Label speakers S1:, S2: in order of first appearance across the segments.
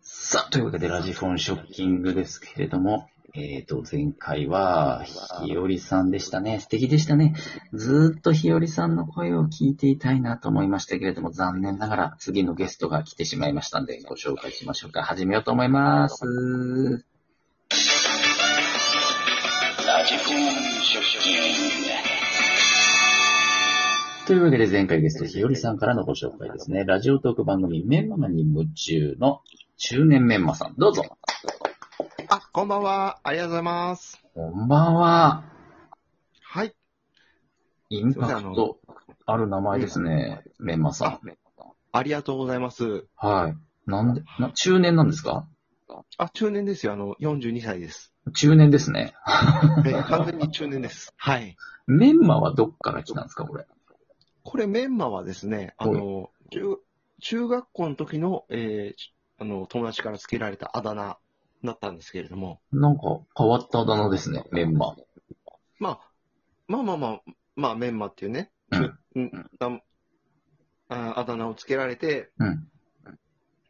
S1: さあ、というわけで、ラジフォンショッキングですけれども、えっ、と、前回は、ひよりさんでしたね。素敵でしたね。ずーっとひよりさんの声を聞いていたいなと思いましたけれども、残念ながら次のゲストが来てしまいましたんで、ご紹介しましょうか。始めようと思います。ラジフォンショッキング。というわけで前回ゲスト、ひよりさんからのご紹介ですね。ラジオトーク番組、メンマに夢中の中年メンマさん。どうぞ。
S2: あ、こんばんは。ありがとうございます。
S1: こんばんは。
S2: はい。
S1: インパクトある名前ですね、メンマさ
S2: ありがとうございます。
S1: ん。はい。なんで、な中年なんですか
S2: あ、中年ですよ。あの、42 歳です。
S1: 中年ですね。
S2: はい完全に中年です。はい。
S1: メンマはどっから来たんですか、これ。
S2: これメンマはですね、あの、中、中学校の時の、えーあの、友達から付けられたあだ名だったんですけれども、
S1: なんか変わったあだ名ですね、メンマ。
S2: まあ、まあまあまあ、まあメンマっていうね、
S1: うん。
S2: うんなああだ名を付けられて、
S1: うん。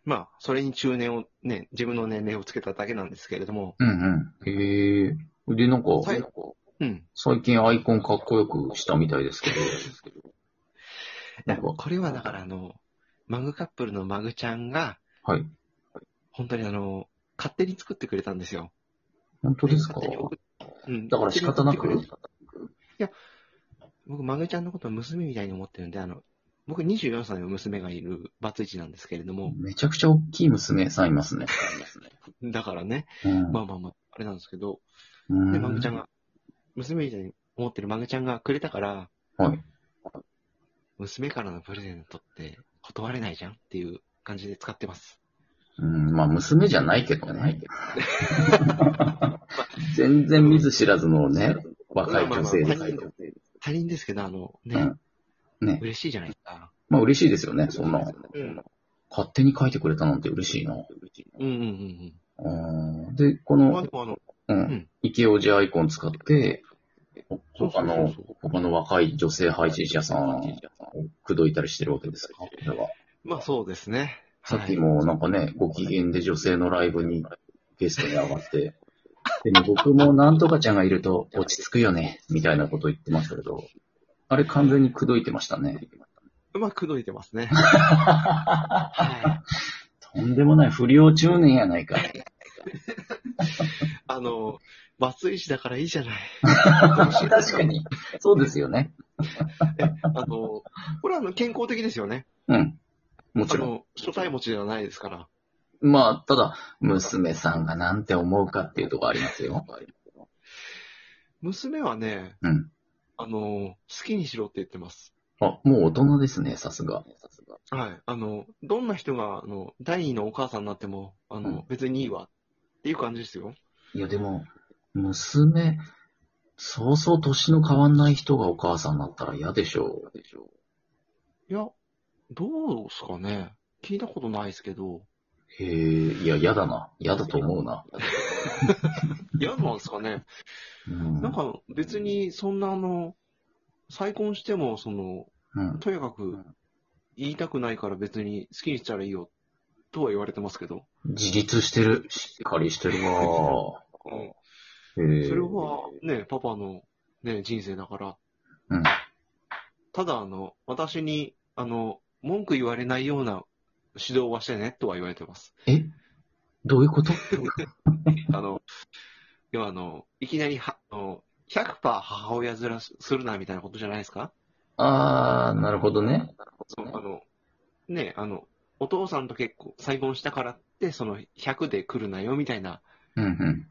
S2: まあ、それに中年をね、自分の年齢をつけただけなんですけれども、
S1: うんうん。へえー。で、なんか、
S2: 最うん。
S1: 最近アイコンかっこよくしたみたいですけど。
S2: い
S1: なん
S2: や
S1: か、
S2: これはだからあの、マグカップルのマグちゃんが、
S1: はい。
S2: 本当にあの、勝手に作ってくれたんですよ。
S1: 本当ですか
S2: 勝手に送っうん。
S1: だから仕方なく
S2: 勝手に送ってれ僕、マグちゃんのことは娘みたいに思ってるんで、あの、僕24歳の娘がいるバツイチなんですけれども、
S1: めちゃくちゃ大きい娘さんいますね。
S2: だからね、
S1: うん
S2: まあまあまあ、あれなんですけど、
S1: うん
S2: で、マグちゃんが、娘みたいに思ってるマグちゃんがくれたから、
S1: はい。
S2: 娘からのプレゼントって断れないじゃんっていう感じで使ってます。
S1: うん、まあ、娘じゃないけどね。 全然見ず知らずのね、若い女性ですけど。
S2: 他人ですけど、あの、ね、
S1: うんね
S2: 嬉しいじゃないですか。
S1: まあ、嬉しいですよね、そんな。
S2: うん
S1: 勝手に書いてくれたなんて嬉しいな。
S2: うんうんうんうん。
S1: うんで、こ
S2: まあ
S1: の
S2: で、もあの、
S1: うん、イケオジアイコン使って、
S2: そうそ
S1: 他
S2: うそう
S1: の
S2: そう、
S1: 他の若い女性配信者さんを口説いたりしてるわけですかこれは
S2: まあそうですね。
S1: さっき
S2: はい
S1: もなんかね、ご機嫌で女性のライブにゲストに上がって、でも僕もなんとかちゃんがいると落ち着くよね、みたいなこと言ってましたけど、あれ完全に口説いてましたね。
S2: うまくどいて ますね。は
S1: とんでもない不良中年やないか。
S2: い。あの、バツイチだからいいじゃない。
S1: 確かに。そうですよね。
S2: あの、これはあの健康的ですよね。
S1: うん。も
S2: あ
S1: ちろん。
S2: の、初対持ちではないですから。
S1: まあ、ただ、娘さんがなんて思うかっていうところありますよ。
S2: 娘はね、
S1: うん
S2: あの、好きにしろって言ってます。
S1: あ、もう大人ですね、さすが。
S2: はい。あの、どんな人が、あの、第二のお母さんになっても、あの、
S1: うん
S2: 別にいいわ。っていう感じですよ。
S1: いや、でも、娘、そうそう年の変わんない人がお母さんになったら嫌でしょう。
S2: いや、どうですかね。聞いたことないですけど。
S1: へえ、いや、嫌だな。嫌だと思うな。
S2: 嫌なんですかね。
S1: うん。
S2: なんか別にそんなあの、再婚してもその、
S1: うん、
S2: とにかく言いたくないから別に好きにしたらいいよとは言われてますけど、
S1: 自立してる。しっかりしてるわ。へ
S2: そ
S1: え。
S2: れはね、パパのね、人生だから、
S1: うん。
S2: ただあの、私にあの、文句言われないような指導はしてねとは言われてます。
S1: えどういうこと
S2: あの、要はあの、いきなりは、あの、100%母親面するなみたいなことじゃないですか
S1: あー、なるほどね。
S2: そう、あの、ね、あの、お父さんと結構再婚したからって、その100で来るなよみたいな
S1: うんうん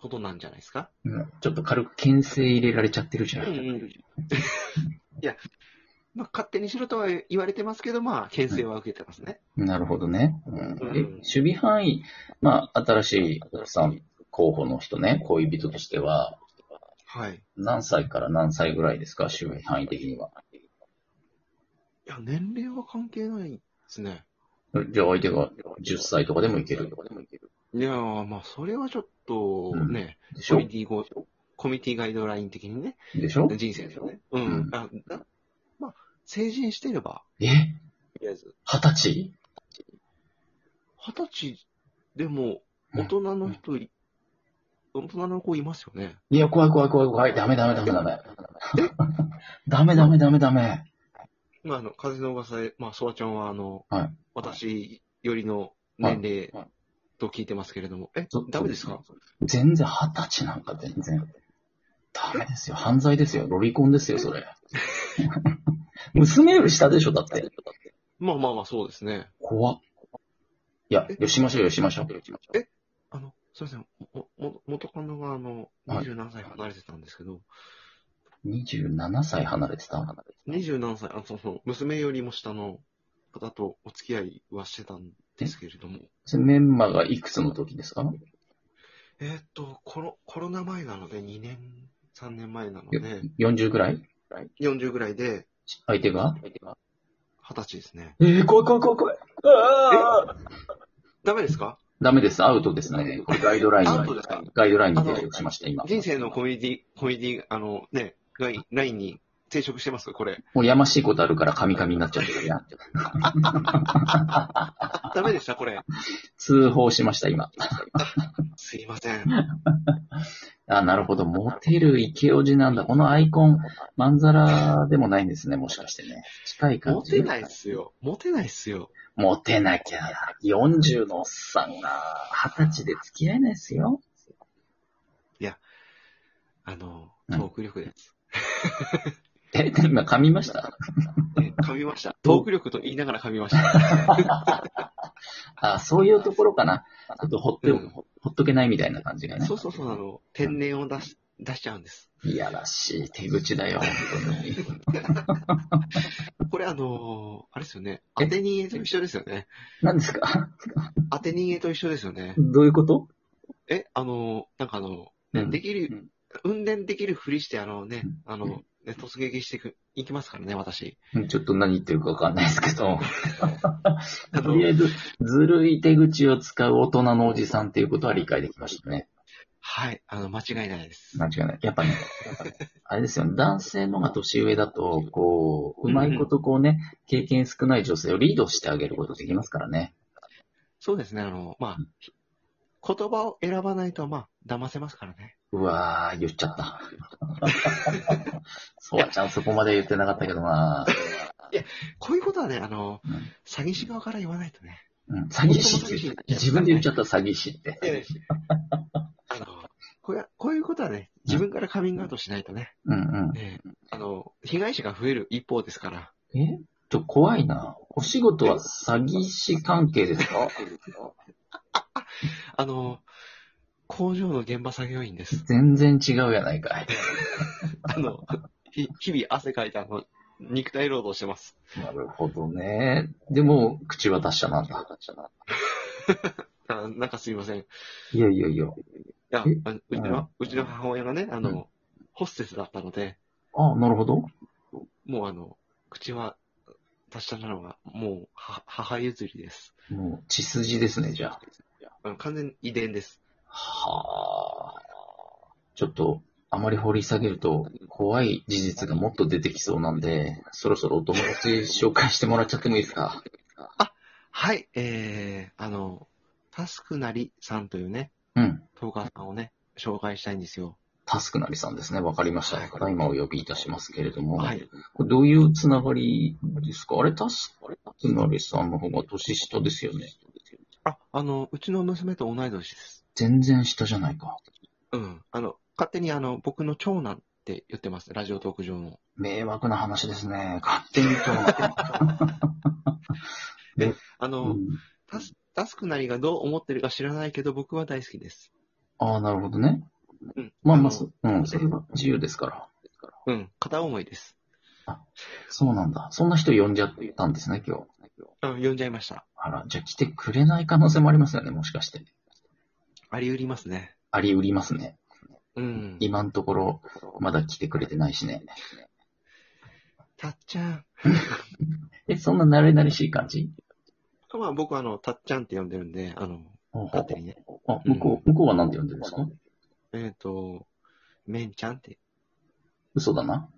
S2: ことなんじゃないですか。
S1: うん。ちょっと軽く牽制入れられちゃってるじゃん。
S2: いや、まあ、勝手にしろとは言われてますけど、まあ、牽制は受けてますね。
S1: なるほどね。うん
S2: うん
S1: え守備範囲、まあ、新しい奥さん候補の人ね、恋人としては、
S2: はい。い
S1: 何歳から何歳ぐらいですか、守備範囲的には。
S2: や、年齢は関係ないですね。
S1: じゃあ、相手が10歳とかでもいける
S2: いやー、まあ、それはちょっと
S1: うん
S2: ね、
S1: でし
S2: コ
S1: ょ
S2: ミュニティごコミュニティガイドライン的にね、
S1: でしょ
S2: 人生ですよね。うん。
S1: うん
S2: あだまあ、成人してれば、
S1: え
S2: とりあえず。
S1: 二十歳
S2: 二十歳でも大人の人い、大人の子いますよね。
S1: いや、怖い怖い怖い怖い。ダメダメダメダメ。 ダメダメダメダメ。
S2: まあ、あの、風の噂へ、まあ、ソワちゃんは、あの、
S1: はい
S2: 私よりの年齢
S1: はいはい
S2: と聞いてますけれども、え
S1: そ、
S2: ダメですか
S1: 全然、二十歳なんか全然。ダメですよ。犯罪ですよ。ロリコンですよ、それ。 娘より下でしょ、だって。
S2: まあまあまあ、そうですね。
S1: 怖っ。いや、よしましょうよ、よしましょう。
S2: えあの、すみません、も、も、元カノが、あの、
S1: はい
S2: 27歳離れてたんですけど、
S1: 27歳離れてた
S2: 27歳、あ、そうそう、娘よりも下の方とお付き合いはしてたんですけれども、
S1: それメンマがいくつの時ですか
S2: えーっと、コロ、コロナ前なので、2年、3年前なので、
S1: ?40 ぐらい
S2: 40ぐらいで、
S1: 相手が
S2: 20歳ですね。
S1: えー、怖い怖い怖い怖い。あー
S2: ダメですか
S1: ダメです。アウトですね。これガイドライン
S2: アウトですか
S1: ガイドラインに抵触しました、今。
S2: 人生のコミュニティ、コミュニティ、あのね、ラインラインに抵触してますこれ。
S1: もうやましいことあるからカミカミになっちゃってるな。
S2: ダメでしたこれ。
S1: 通報しました、今。
S2: すいません。
S1: あ、なるほど。モテる池オジなんだ。このアイコン、まんざらでもないんですね、もしかしてね。近い感
S2: モ
S1: じ。
S2: テないっすよ。モテないっすよ。
S1: モテなきゃな。40のおっさんが、20歳で付き合えないですよ。
S2: あの、
S1: う
S2: ト
S1: ん
S2: ーク力です。
S1: え、今噛みました
S2: え噛みました。トーク力と言いながら噛みました。
S1: あ、そういうところかな。ちょっとほってお、
S2: うん
S1: ほっとけないみたいな感じがね。
S2: そうそうそう、あの、天然を出し、出しちゃうんです。
S1: いやらしい手口だよ、本当に。
S2: これあのあれですよね。当て逃げと一緒ですよね。
S1: 何ですか
S2: 当て逃げと一緒ですよね。
S1: どういうこと
S2: え、あのなんかあの、ね
S1: うん
S2: できる、運転できるふりして、あのね
S1: うん、
S2: あの、ね、突撃してく、行きますからね、私。
S1: うんちょっと何言ってるかわかんないですけど。
S2: あ
S1: と
S2: の
S1: りあえず、ずるい手口を使う大人のおじさんっていうことは理解できましたね。
S2: はい、あの、間違いないです。
S1: 間違いない。やっぱね、あれですよね、男性の方が年上だと、こう、うまいことこうね、経験少ない女性をリードしてあげることできますからね。
S2: そうですね、あの、ま
S1: う
S2: あ、言葉を選ばないと、まあ、騙せますからね。
S1: うわー、言っちゃった。 そうちゃんそこまで言ってなかったけどな
S2: こういうことはね、あの、
S1: うん
S2: 詐欺師側から言わないとね。
S1: うん詐欺師って言っちゃった自分で言っちゃった詐欺師って。
S2: あの、こうやこういうことはね、自分からカミングアウトしないとね、
S1: うんうん。
S2: ねあの、被害者が増える一方ですから。
S1: えちょ、怖いな。お仕事は詐欺師関係ですか
S2: あの、工場の現場作業員です。
S1: 全然違うやないかい。
S2: あの、ひ日々汗かいて、あの、肉体労働してます。
S1: なるほどね。でも、口は達者なんだ。
S2: あなんかすいません。い
S1: いやいやいや。
S2: や、あ
S1: え
S2: うちの、うちの母親がね、あの、
S1: う
S2: ホステスだったので、
S1: あ、なるほど。
S2: もうあの、口は達者なのが、もう、は母譲りです。
S1: もう、血筋ですね、じゃあ。
S2: あの完全に遺伝です。
S1: はあ。ちょっと、あまり掘り下げると、怖い事実がもっと出てきそうなんで、そろそろお友達紹介してもらっちゃってもいいですか
S2: はい、えー、あの、タスクなりさんというね、
S1: うん。
S2: トーカーさんをね、紹介したいんですよ。
S1: タスクなりさんですね。わかりました。ただいまお呼びいたしますけれども、
S2: はい。
S1: これどういうつながりですかあれ、タスクなりさんの方が年下ですよね。
S2: あ、あの、うちの娘と同い年です。
S1: 全然下じゃないか。
S2: うん。あの、勝手にあの、僕の長男って言ってます、ラジオトーク上の。
S1: 迷惑な話ですね。勝手にと思って。
S2: あ
S1: う
S2: の、
S1: ん
S2: タスタスクなりがどう思ってるか知らないけど、僕は大好きです。
S1: ああ、なるほどね。
S2: うん。
S1: まあまあ、
S2: の
S1: そうん、それは自由ですから。
S2: うん、片思いです。
S1: そうなんだ。そんな人呼んじゃったんですね、今日。
S2: うん、呼んじゃいました。
S1: あら、じゃあ来てくれない可能性もありますよね、もしかして。
S2: ありうりますね。
S1: ありうりますね。
S2: うん。
S1: 今のところ、まだ来てくれてないしね。
S2: たっちゃん。
S1: え、そんな慣れ慣れしい感じ
S2: まあ僕はあの、たっちゃんって呼んでるんで、あの、
S1: ほうほう
S2: 勝手にね。
S1: ほうあ、向こう、向こうは何て呼んでるんですか
S2: えっ、と、めんちゃんって。
S1: 嘘だな。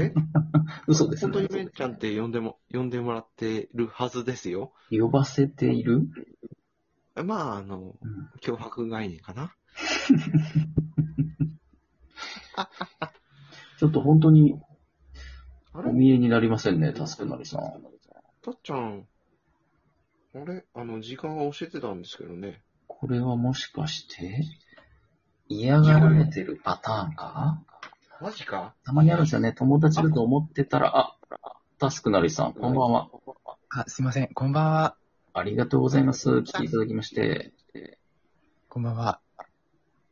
S2: え
S1: 嘘です
S2: 本
S1: ね。
S2: 当にめんちゃんって呼んでも、呼んでもらってるはずですよ。
S1: 呼ばせている
S2: まあ、あの、
S1: うん
S2: 脅迫概念かな。
S1: ちょっと本当に
S2: あ
S1: お
S2: れ
S1: 見えになりませんね、助かるさん。
S2: たっちゃん、あれあの、時間は教えてたんですけどね。
S1: これはもしかして、嫌がられてるパターンか
S2: マジか
S1: たまにあるんですよね。友達だと思ってたら、あ、タスクなりさん、こんばんは。
S3: あ、すいません。こんばんは。
S1: ありがとうございます。来ていただきまして、
S3: こんばんは。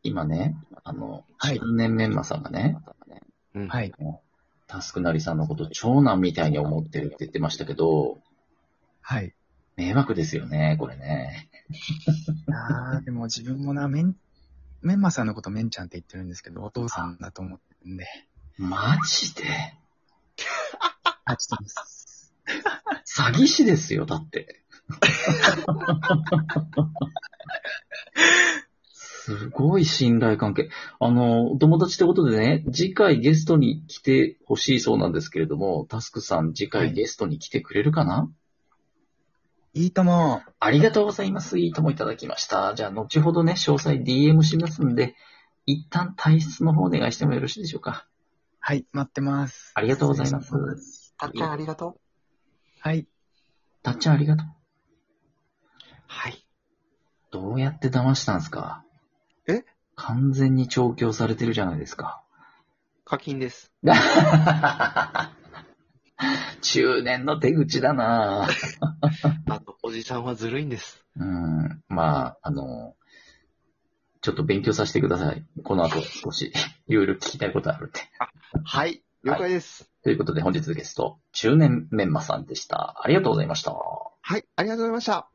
S1: 今ね、あの、
S3: はい
S1: 中年メンマさんがね、
S2: うん。。
S3: はいい。
S1: タスクなりさんのこと長男みたいに思ってるって言ってましたけど、
S3: はい。
S1: 迷惑ですよね、これね。
S3: あー、でも自分もな、メン、メンマさんのことメンちゃんって言ってるんですけど、お父さんだと思ってるんで、
S1: マジで
S3: あ、ちょっとです。
S1: 詐欺師ですよ、だって。すごい信頼関係。あの、お友達ってことでね、次回ゲストに来てほしいそうなんですけれども、タスクさん次回ゲストに来てくれるかな、
S3: いいとも、
S1: ありがとうございます。いいともいただきました。じゃあ、後ほどね、詳細 DM しますんで、一旦退出の方お願いしてもよろしいでしょうか。
S3: はい、待ってます。
S1: ありがとうございます。
S2: たっちゃんありがと
S3: はい。
S1: たっちゃんありがとう。
S2: う。はい。
S1: どうやって騙したんですか
S2: え
S1: 完全に調教されてるじゃないですか。
S2: 課金です。
S1: 中年の手口だなぁ
S2: あと、おじさんはずるいんです。
S1: うん。まあ、あの、ちょっと勉強させてください。この後少し、いろいろ聞きたいことあるんで。
S2: はい。了解です。
S1: ということで本日のゲスト、中年メンマさんでした。ありがとうございました。
S2: はい、ありがとうございました。